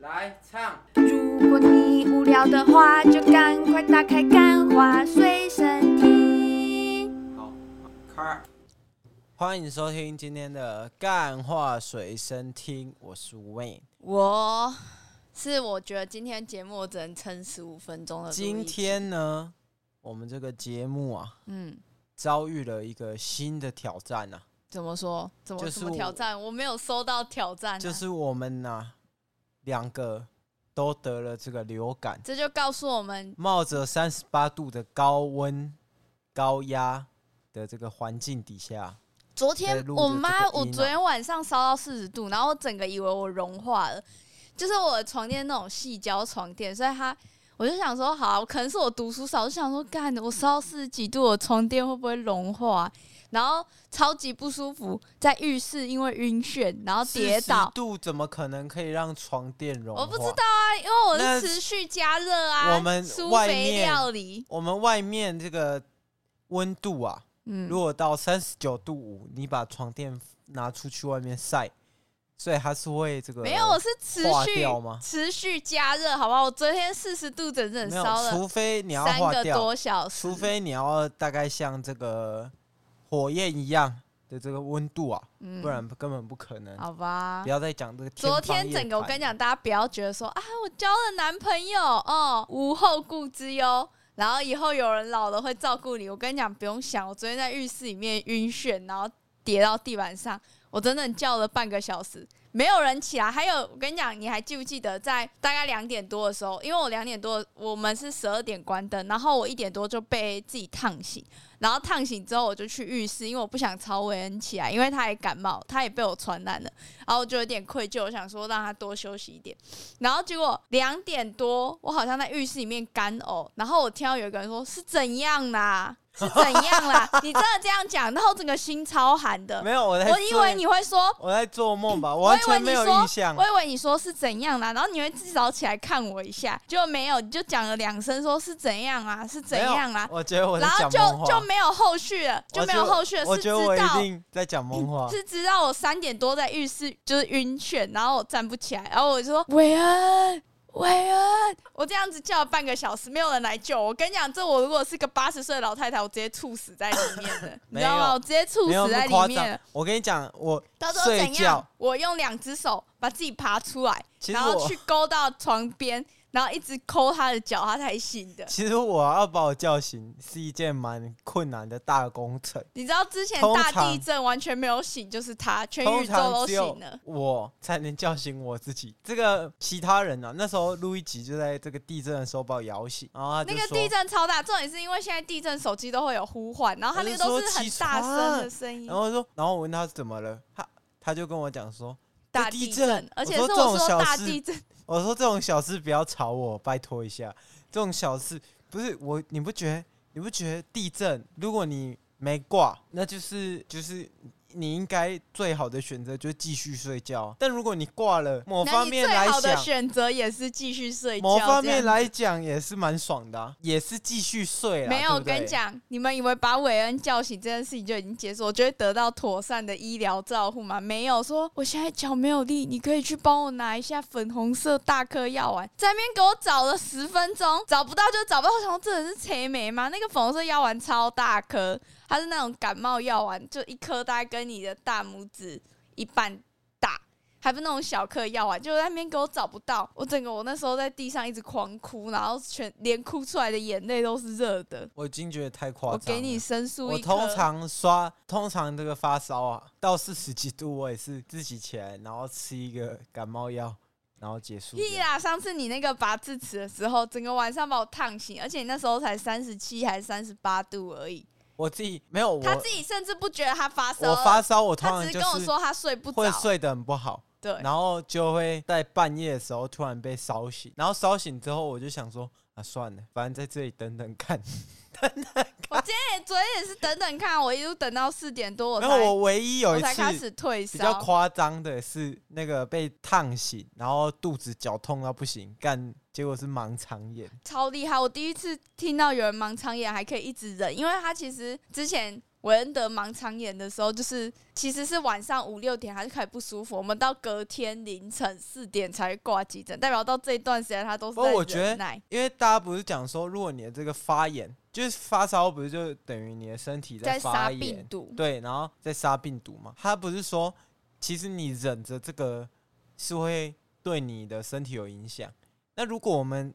来唱，如果你无聊的话，就赶快打开《干花随身听》。好，开。欢迎收听今天的干话随身听，我是 Wayne。我是我觉得今天节目我只能撑十五分钟的。今，天呢，我们这个节目啊，嗯，遭遇了一个新的挑战啊，怎么说？怎么、就是什么挑战？我没有收到挑战啊、就是我们呐、两个都得了这个流感，这就告诉我们，冒着三十八度的高温、高压的这个环境底下，昨在天录的我这妈，个我音啊昨天晚上烧到四十度，然后我整个以为我融化了，就是我的床垫那种细胶床垫，所以它。我就想说，好啊、可能是我读书少，我就想说，干，我烧到四十几度，我床垫会不会融化？然后超级不舒服，在浴室因为晕眩，然后跌40倒，度怎么可能可以让床垫融化？我不知道啊，因为我那是持续加热啊，我们苏外肥面料理，我们外面这个温度啊，嗯如，果到三十九度五，你把床垫拿出去外面晒，所以它是会这个没有，我是持化续掉吗持续加热，好不好？我昨天四十度整整没有烧了除非你要三化个掉，多小时，除非你要大概像这个火焰一样的这个温度啊，嗯不然根本不可能。好吧不。要再讲这个昨方天夜整个我谭跟你讲，大家不要觉得说啊，我交了男朋友哦，无后顾之忧。然后以后有人老了会照顾你，我跟你讲不用想。我昨天在浴室里面晕眩，然后跌到地板上，我整整叫了半个小时，没有人起来。还有，我跟你讲，你还记不记得在大概两点多的时候，因为我两点多我们是十二点关灯，然后我一点多就被自己烫醒，然后烫醒之后我就去浴室，因为我不想吵韦恩起来，因为他也感冒，他也被我传染了。然后我就有点愧疚，我想说让他多休息一点。然后结果两点多，我好像在浴室里面干呕，然后我听到有一个人说是怎样啦， 是怎样啦， 你真的这样讲，然后我整个心超寒的。没有，我在我以做为你会说，我在做梦吧，我我完以为全你没有说印象我。以为你说是怎样啦，然后你会至少起来看我一下，结果没有，你就讲了两声说是怎样啊，是怎没有样啦，我觉得我在然后讲就梦话，就没有后续了，就我没觉有得后续了，我是觉知得我一道。定在讲梦话。是直到我三点多在浴室就是晕眩，然后我站不起来，然后我就说韦恩，韦恩，我这样子叫了半个小时，没有人来救我。我跟你讲，这我如果是个八十岁的老太太，我直接猝死在里面的，你没知有道吗？我直接猝没有死那在么夸里面张了。。我跟你讲，我到时候睡怎样觉，？我用两只手把自己爬出来，其实然后我去勾到床边， 然后一直抠他的脚，他才醒的。 其实我要把我叫醒是一件蛮困难的大工程。你知道之前通大地常震完全没有醒，就是他，全通宇宙常都只有醒了。我才能叫醒我自己，这个其他人啊，那时候录一集就在这个地震的时候把我摇醒，然后他就那个说地震超大，重点是因为现在地震手机都会有呼唤，然后它那个都是很大声的声音然，后我说，然后我问他怎么了，他他就跟我讲说，大这地震，而且是我说这种我说小大事地震，我说这种小事不要吵我，拜托一下。这种小事不是我，你不觉得？你不觉得地震？如果你没挂，那就是就是你应该最好的选择就是继续睡觉。但如果你挂了，某那方你面最来好的想，选择也是继续睡觉。某方这样面来讲也是蛮爽的啊、也是继续睡啦。啊没有，对我不对跟你，讲，你们以为把韦恩叫醒这件事情就已经结束，我就会得到妥善的医疗照护吗？没有，说我现在脚没有力，你可以去帮我拿一下粉红色大颗药丸。在那边给我找了十分钟，找不到就找不到，我想说这人是催眉吗？那个粉红色药丸超大颗，它是那种感冒药丸，就一颗大概跟你的大拇指一半大。还不那种小颗药啊丸，就在那边给我找不到，我整个我那时候在地上一直狂哭，然后全连哭出来的眼泪都是热的。我已经觉得太夸张我了。给你申诉我一颗通常刷，通常这个发烧啊，到四十几度，我也是自己起来，然后吃一个感冒药，然后结束这屁样。啦！上次你那个拔智齿的时候，整个晚上把我烫醒，而且你那时候才三十七还三十八度而已。我自己没有我，他自己甚至不觉得他发烧，我发烧，我通他常只就是跟我是说他睡不会着。睡得很不好，对，然后就会在半夜的时候突然被烧醒，然后烧醒之后我就想说啊，算了，反正在这里等等看。我今天也哎昨天也是等等看，啊我一路等到四点多，我才然后我唯一有我一才开次始退比较烧。夸张的是那个被烫醒，然后肚子绞痛到不行，干结果是盲肠炎。超厉害！我第一次听到有人盲肠炎还可以一直忍，因为他其实之前韦恩德盲肠炎的时候，就是其实是晚上五六点他就开始不舒服，我们到隔天凌晨四点才挂急诊，代表到这一段时间他都是不过我在觉得忍耐。因为大家不是讲说，如果你的这个发炎，就是发烧，不是就等于你的身体在杀发病炎，毒，对，然后在杀病毒嘛。他不是说，其实你忍着这个是会对你的身体有影响。那如果我们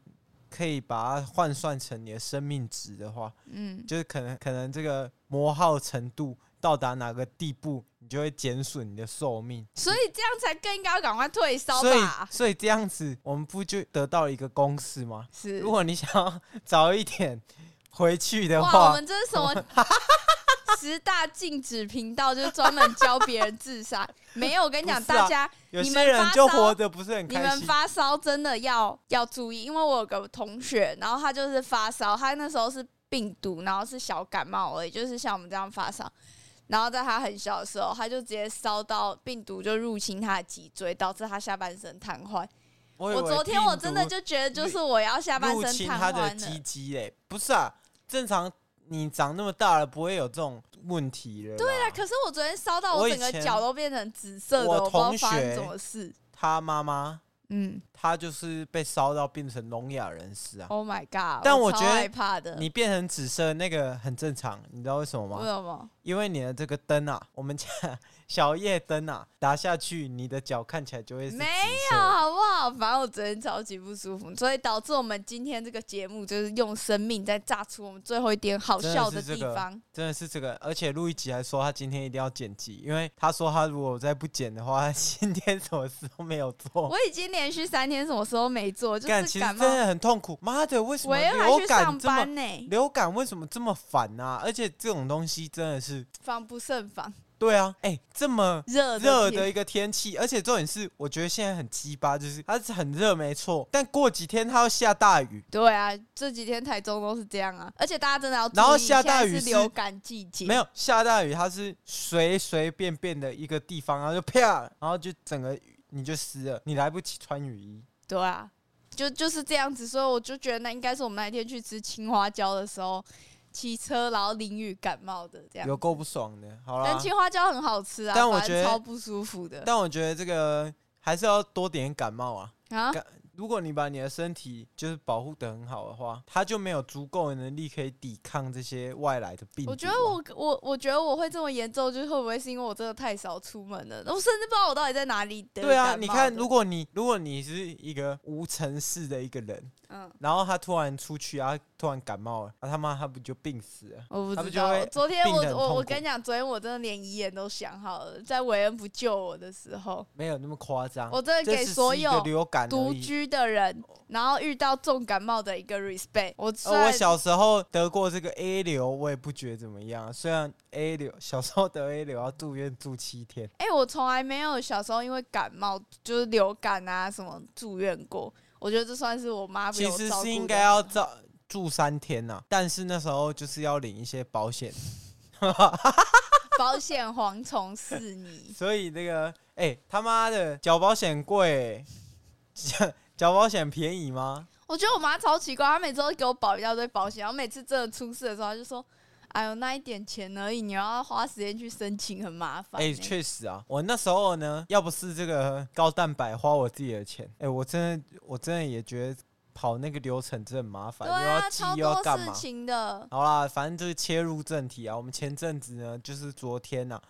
可以把它换算成你的生命值的话，嗯，就是可能可能这个磨耗程度到达哪个地步，你就会减损你的寿命。所以这样才更应该要赶快退烧所以吧？所以这样子，我们不就得到一个公式吗？是如果你想要 早一点回去的哇，我话，们这是什么？十大禁止频道就是专门教别人自杀，没有。我跟你讲，不是啊大家有你些们人发就烧活得不是很你开们心。发烧真的要要注意，因为我有个同学，然后他就是发烧，他那时候是病毒，然后是小感冒而已，就是像我们这样发烧。然后在他很小的时候，他就直接烧到病毒就入侵他的脊椎，导致他下半身瘫痪。我以我为昨天我病真的毒就觉得，就是我要下半入身侵瘫他痪的了。鸡鸡嘞，不是啊，正常你长那么大了，不会有这种问题了。对对啊，可是我昨天烧到我我以整个前脚都变成紫色的，我我不知道同发生学什么事。他妈妈嗯他就是被烧到变成聋哑人士啊。 ，Oh my god！但我我超觉得害怕的，你变成紫色那个很正常，你知道为什么为吗？什么？因为你的这个灯啊，我们家 小夜灯啊，打下去，你的脚看起来就会是没有好不好？反正我昨天超级不舒服，所以导致我们今天这个节目就是用生命在榨出我们最后一点好笑真的是地这个方。真的是这个，而且录一集还说他今天一定要剪辑，因为他说他如果再不剪的话，他 今天什么事都没有做。我已经连续三天什么时候没做，就哦干，是其实感真冒。的很痛苦。妈的，为什么我又还流去感上这么班呢、流感为什么这么烦啊？而且这种东西真的是，防不胜防，对啊，哎、这么热热天的一个天气，而且重点是，我觉得现在很鸡巴，就是它是很热没错，但过几天它要下大雨，对啊，这几天台中都是这样啊，而且大家真的要注意然后下大雨现在是是流感季节，没有下大雨，它是随随便便的一个地方，然后就啪，然后就整个雨你就湿了，你来不及穿雨衣。对啊，就就是这样子，所以我就觉得那应该是我们那一天去吃青花椒的时候，骑车然后淋雨感冒的这样。有够不爽的。好啦但，青花椒很好吃啊，但我反正觉得超不舒服的但我觉得这个还是要多点感冒啊。啊干。如果你把你的身体就是保护的很好的话，它就没有足够的能力可以抵抗这些外来的病毒啊、我觉得我我我觉得我会这么严重，就是会不会是因为我真的太少出门了？我甚至不知道我到底在哪里得对啊，感冒你看，的如果你如果你是一个无城市的一个人，嗯，然后他突然出去啊，突然感冒了，啊他妈他不就病死了？我他不不知就道会。昨天病我得很我痛我苦跟你讲，昨天我真的连遗言都想好了，在韦恩不救我的时候，没有那么夸张。我真的啊这给只是所一个有流感而独已居的人，然后遇到重感冒的一个 respect。我虽呃，我然小时候得过这个 A 流，我也不觉得怎么样。啊虽然 A 流小时候得 A 流要住院住七天，哎、我从来没有小时候因为感冒就是流感啊什么住院过。我觉得这算是我妈比其我实照顾是应得该要照住三天呐、但是那时候就是要领一些保险， 保险蝗虫是你，所以那个哎、他妈的缴保险贵、缴缴保险便宜吗？ 我觉得我妈超奇怪，她每次都给我保一大堆保险，然后每次真的出事的时候，她就说：“哎呦，那一点钱而已，你要花时间去申请，很麻烦、哎、欸。确实啊，我那时候呢，要不是这个高蛋白花我自己的钱，哎、我真的我真的也觉得跑那个流程真的很麻烦，对又要啊，寄超又要多干事嘛？情的。好啦，反正就是切入正题啊。我们前阵子呢，就是昨天呐、啊，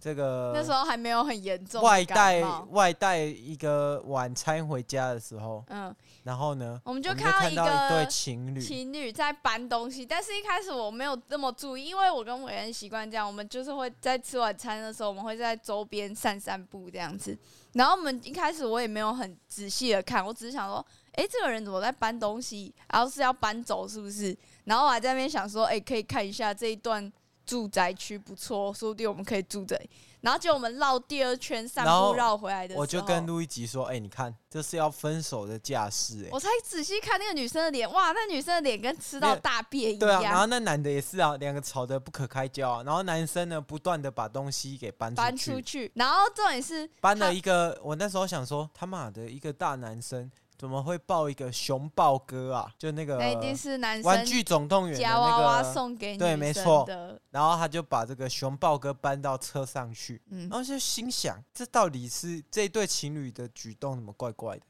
这个那时候还没有很严重的呃外感带冒外带一个晚餐回家的时候，嗯，然后呢，我们我就们就看到看一到一对个情侣，情侣在搬东西，但是一开始我没有那么注意，因为我跟伟恩习惯这样，我们就是会在吃晚餐的时候，我们会在周边散散步这样子。然后我们一开始我也没有很仔细的看，我只是想说，诶，这个人怎么在搬东西？然后是要搬走是不是？然后我还在那边想说，诶，可以看一下这一段住宅区不错，说不定我们可以住这里。然后结果我们绕第二圈散然步后绕回来的时候，我就跟路易吉说：“哎、你看，这是要分手的架势、哎，我才仔细看那个女生的脸，哇，那女生的脸跟吃没到有大便一对啊，样。然后那男的也是啊，两个吵得不可开交啊。然后男生呢，不断的把东西给搬搬出出去，去，然后重点是搬他了一个。我那时候想说，他妈的，一个大男生怎么会抱一个熊抱哥啊？就那个那一定哎是男玩生具总动员的夹娃娃那个，送给女对没生错的，然后他就把这个熊抱哥搬到车上去，嗯然，后就心想，这到底是这对情侣的举动怎么怪怪的？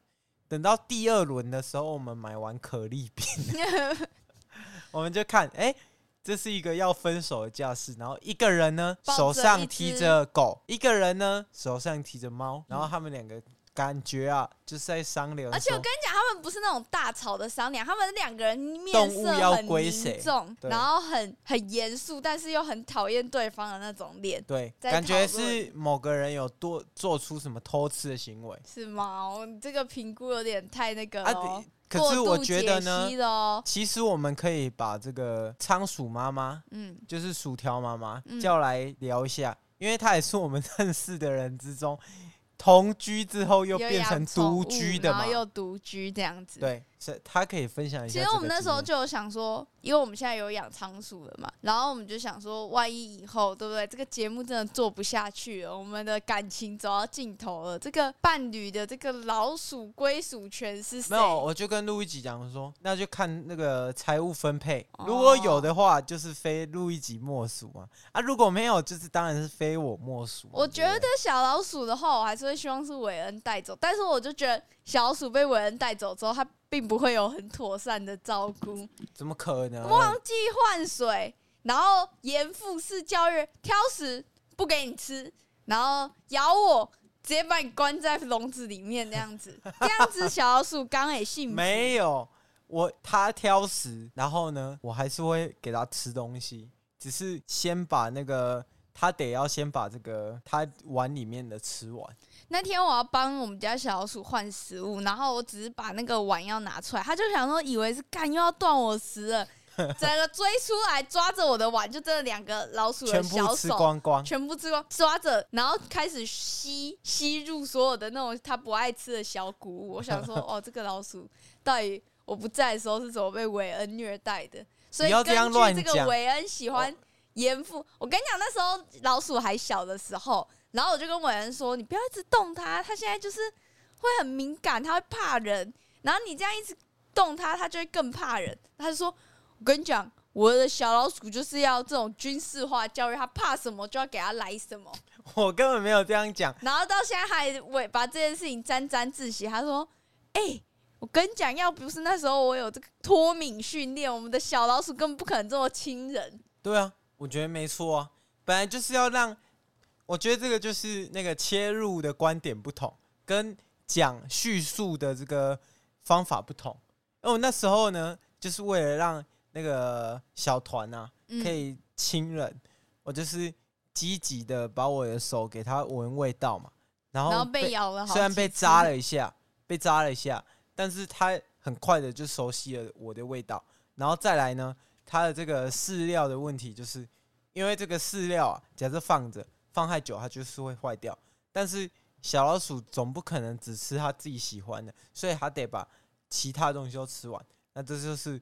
等到第二轮的时候，我们买完可丽 饼，我们就看，哎、这是一个要分手的架势。然后一个人呢抱手着上一提只嗯着狗，一个人呢手上提着猫，然后他们两个感觉啊就是在商量说，而且我跟你讲，他们不是那种大吵的商量，他们两个人面动物色要很归谁凝重，对然后很很严肃，但是又很讨厌对方的那种脸，对，在感讨觉论是某个人有多做出什么偷吃的行为、是吗？我这个评估有点太那个、啊哦，。可是过我度觉解得呢析，了哦，其实我们可以把这个仓鼠妈妈嗯，就是薯条妈妈嗯叫来聊一下，因为她也是我们认识的人之中同居之后又变成养宠独物居的然嘛后。又独居这样子，对，是她可以分享一下其这个经验。实我们那时候就有想说，因为我们现在有养仓鼠了嘛，然后我们就想说，万一以后对不对？这个节目真的做不下去了，我们的感情走到尽头了，这个伴侣的这个老鼠归属权是没？谁有，我就跟路易吉讲说，那就看那个财务分配，哦如果有的话，就是非路易吉莫属嘛。啊，如果没有，就是当然是非我莫属嘛。我对觉不得对小老鼠的话，我还是会希望是韦恩带走，但是我就觉得小老鼠被韦恩带走之后，它并不会有很妥善的照顾，怎么可能？忘记换水，然后严父式教育，挑食不给你吃，然后咬我，直接把你关在笼子里面那 样子，这样子小老鼠刚也幸福。没有，我他挑食，然后呢，我还是会给他吃东西，只是先把那个他得要先把这个他碗里面的吃完。那天我要帮我们家小老鼠换食物，然后我只是把那个碗要拿出来，他就想说以为是干又要断我食了，整个追出来抓着我的碗，就真的两个老鼠全的部小吃手光光，全部吃光，抓着，然后开始吸吸入所有的那种他不爱吃的小谷物。我想说，哦，这个老鼠到底我不在的时候是怎么被韦恩虐待的？所以你要这样根乱据这讲个韦恩喜欢严父，我跟你讲，那时候老鼠还小的时候，然后我就跟韦恩说，你不要一直动它，它现在就是会很敏感，它会怕人，然后你这样一直动它，它就会更怕人。他就说，我跟你讲。我的小老鼠就是要这种军事化教育，它怕什么就要给它来什么。我根本没有这样讲。然后到现在还为把这件事情沾沾自喜。他说：“哎、我跟你讲，要不是那时候我有这个脱敏训练，我们的小老鼠根本不可能这么亲人。对啊，我觉得没错啊，本来就是要让，我觉得这个就是那个切入的观点不同，跟讲叙述的这个方法不同。哦，那时候呢，就是为了让那个小团啊，嗯可以亲人，我就是积极的把我的手给它闻味道嘛，然”然后后被咬了好几次，虽然被扎了一下，被扎了一下，但是它很快的就熟悉了我的味道，然后再来呢，它的这个饲料的问题，就是因为这个饲料啊，假设放着放太久，它就是会坏掉，但是小老鼠总不可能只吃它自己喜欢的，所以它得把其他东西都吃完，那这就是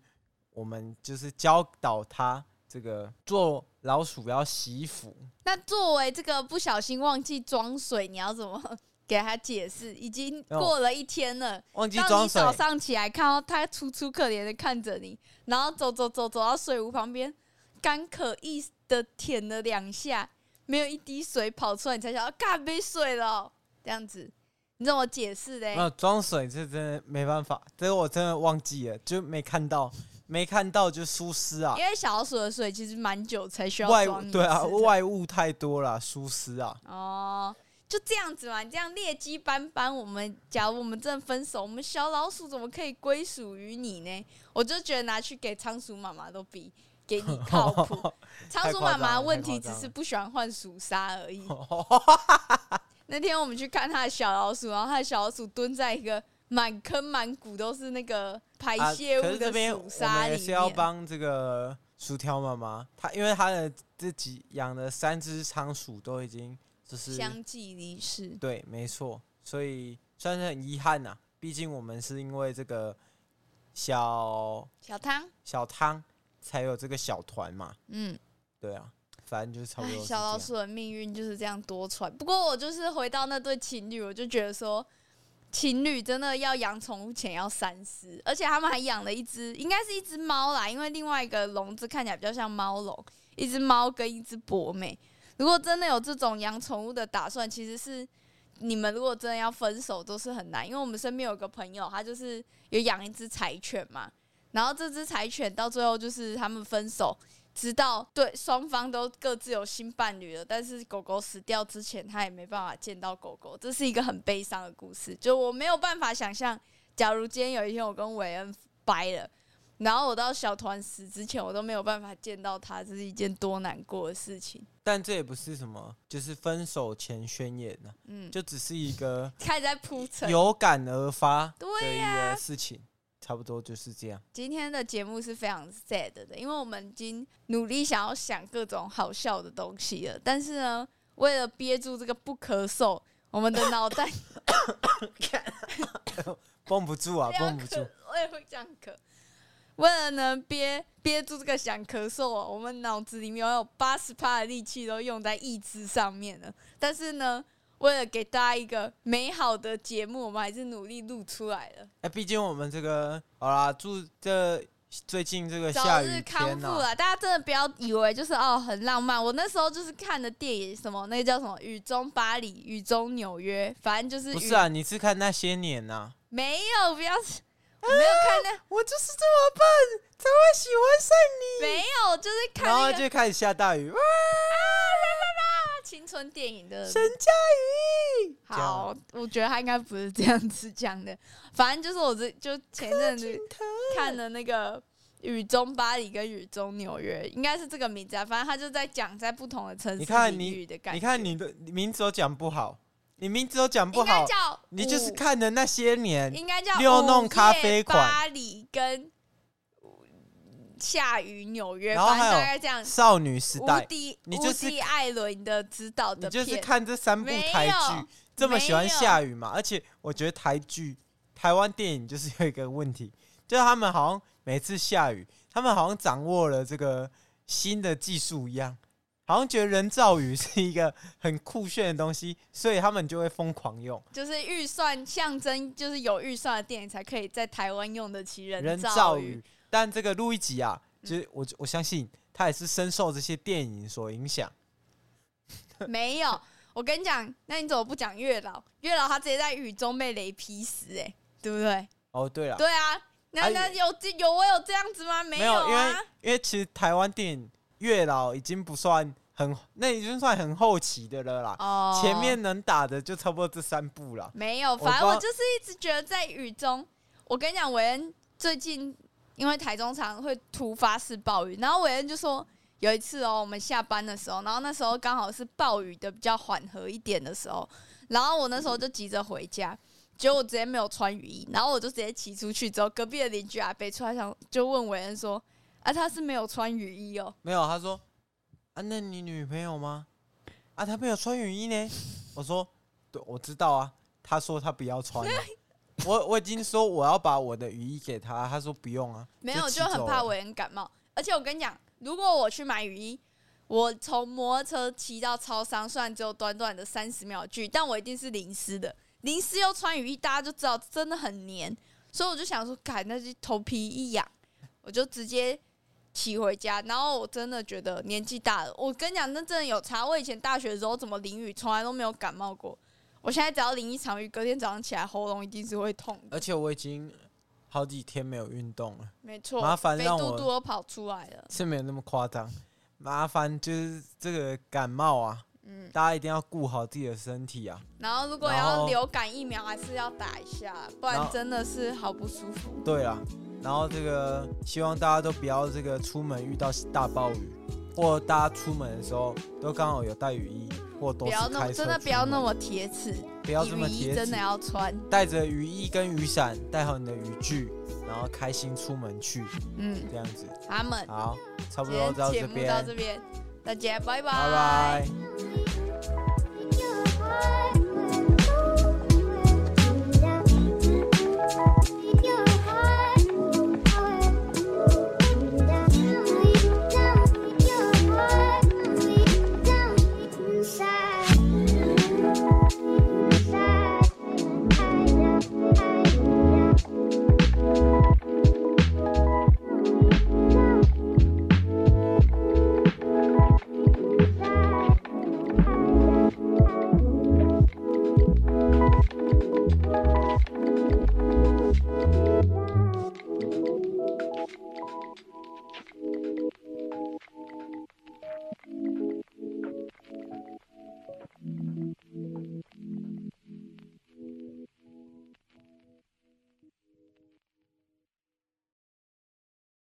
我们就是教导它这个做老鼠要惜福。那作为这个不小心忘记装水，你要怎么 给他解释？已经过了一天了，忘记当装你水，早上起来看到他楚楚可怜的看着你，然后走走走走到水壶旁边，干渴一的舔了两下，没有一滴水跑出来，你才想到啊干没水了哦，这样子，你怎么解释嘞没？有装水，这真的没办法，这个我真的忘记了，就没看到，没看到就疏失啊因，为小老鼠的水其实蛮久才需要外装一对啊，次的外物太多了，疏失啊，哦，就这样子嘛，你这样劣迹斑斑。我们假如我们真的分手，我们小老鼠怎么可以归属于你呢？我就觉得拿去给仓鼠妈妈都比给你靠 谱。仓鼠妈妈问题只是不喜欢换鼠砂而已。 那天我们去看他的小老鼠，然后他的小老鼠蹲在一个满坑满谷都是那个 排啊泄可物是这的边鼠我砂们也里是要面。帮这个薯条妈妈，她因为她的自己养的三只仓鼠都已经就是相继离世，对，没错，所以算是很遗憾呐、毕竟我们是因为这个小小汤，小汤才有这个小团嘛，嗯，对啊，反正就是差不哎多，是这小老样。鼠的命运就是这样多舛。不过我就是回到那对情侣，我就觉得说，情侣真的要养宠物前要三思，而且他们还养了一只，应该是一只猫啦，因为另外一个笼子看起来比较像猫笼，一只猫跟一只博美。如果真的有这种养宠物的打算，其实是你们如果真的要分手都是很难，因为我们身边有个朋友，他就是有养一只柴犬嘛，然后这只柴犬到最后就是他们分手，直到对双方都各自有新伴侣了，但是狗狗死掉之前，他也没办法见到狗狗，这是一个很悲伤的故事。就我没有办法想象，假如今天有一天我跟韦恩掰了，然后我到小团死之前，我都没有办法见到他，这是一件多难过的事情。但这也不是什么，就是分手前宣言呢、嗯，就只是一个开始在铺陈。有感而发的对一呀、个事情，差不多就是这样。今天的节目是非常 sad 的，因为我们已经努力想要想各种好笑的东西了，但是呢，为了憋住这个不咳嗽，我们的脑袋绷不住啊，这样绷不咳住。我也会这样咳。为了能憋憋住这个想咳嗽哦，我们脑子里面有八十趴的力气都用在意志上面了。但是呢，为了给大家一个美好的节目，我们还是努力录出来了。哎，毕竟我们这个好啦，祝这最近这个早哎下日雨康天复呐、了，大家真的不要以为就是哦很浪漫。我那时候就是看的电影什么，那个叫什么《雨中巴黎》《雨中纽约》，反正就是不雨是啊，你是看那些年呐、没有不要，我没有看那、我就是这么笨才会喜欢上没有，就是看然那后个就开始下大雨，哇， 青春电影的神降雨。好，我觉得他应该不是这样子讲的。反正就是我这就前阵 子啊看了那个《雨中巴黎》跟《雨中纽约》，应该是这个名字啊。反正他就在讲在不同的城你市看淋雨的感觉。你看你的你名字都讲不好，你名字都讲不应该好，叫你就是午看的那些年，应该叫六弄午夜咖啡馆巴黎跟下雨纽约，然后反正还有大概这样。少女时无代，敌你就是无敌艾伦的指导你的就是片，看这三部台没有剧，这么喜没欢有下雨嘛？而且我觉得台剧、台湾电影就是有一个问题，就是他们好像每次下雨，他们好像掌握了这个新的技术一样，好像觉得人造雨是一个很酷炫的东西，所以他们就会疯狂用。就是预算象征，就是有预算的电影才可以在台湾用得起人造嗯造 雨。但这个路易吉啊，就是我我相信他也是深受这些电影所影响。没有，我跟你讲，那你怎么不讲月老？月老他直接在雨中被雷劈死、哎，对不对？哦，对了，对啊，那哎那有这有我有这样子吗？没没有，因为啊，因为其实台湾电影月老已经不算很，那已经算很后期的了啦。哦前面能打的就差不多这三部了。没有，不知反正我道就是一直觉得在雨中。我跟你讲，韦恩最近因为台中常会突发式暴雨，然后韦恩就说有一次哦，我们下班的时候，然后那时候刚好是暴雨的比较缓和一点的时候，然后我那时候就急着回嗯家。结果我直接没有穿雨衣，然后我就直接骑出去。之后隔壁的邻居啊阿北出来想，就问韦恩说：“啊，他是没有穿雨衣哦。没有，他说啊，那你女朋友吗？啊，她没有穿雨衣呢。我说，对，我知道啊。他说他不要穿啊、 我我已经说我要把我的雨衣给他，他说不用啊，”没有，骑就很走怕了韦恩感冒。而且我跟你讲，如果我去买雨衣，我从摩托车骑到超商，虽然只有短短的三十秒距，但我一定是淋湿的。淋湿又穿雨衣，大家就知道真的很黏，所以我就想说，改那就头皮一痒，我就直接骑回家。然后我真的觉得年纪大了，我跟你讲，那真的有差。我以前大学的时候怎么淋雨，从来都没有感冒过。我现在只要淋一场雨，隔天早上起来喉咙一定是会痛的。而且我已经好几天没有运动了，没错，麻烦肥让嘟我嘟都跑出来了。是没有那么夸张。麻烦就是这个感冒啊，嗯，大家一定要顾好自己的身体啊。然后如果然要后流感疫苗，还是要打一下，不然然后真的是好不舒服。对啦，然后这个希望大家都不要这个出门遇到大暴雨，或大家出门的时候都刚好有带雨衣，或都不是要那开么，车真的出不要门那么铁齿，不要这雨么衣贴真纸的，要穿。带着雨衣跟雨伞，带好你的雨具，然后开心出门去，嗯，这样子。他们好，差不今多天到节这目边，到这边，大家拜拜拜。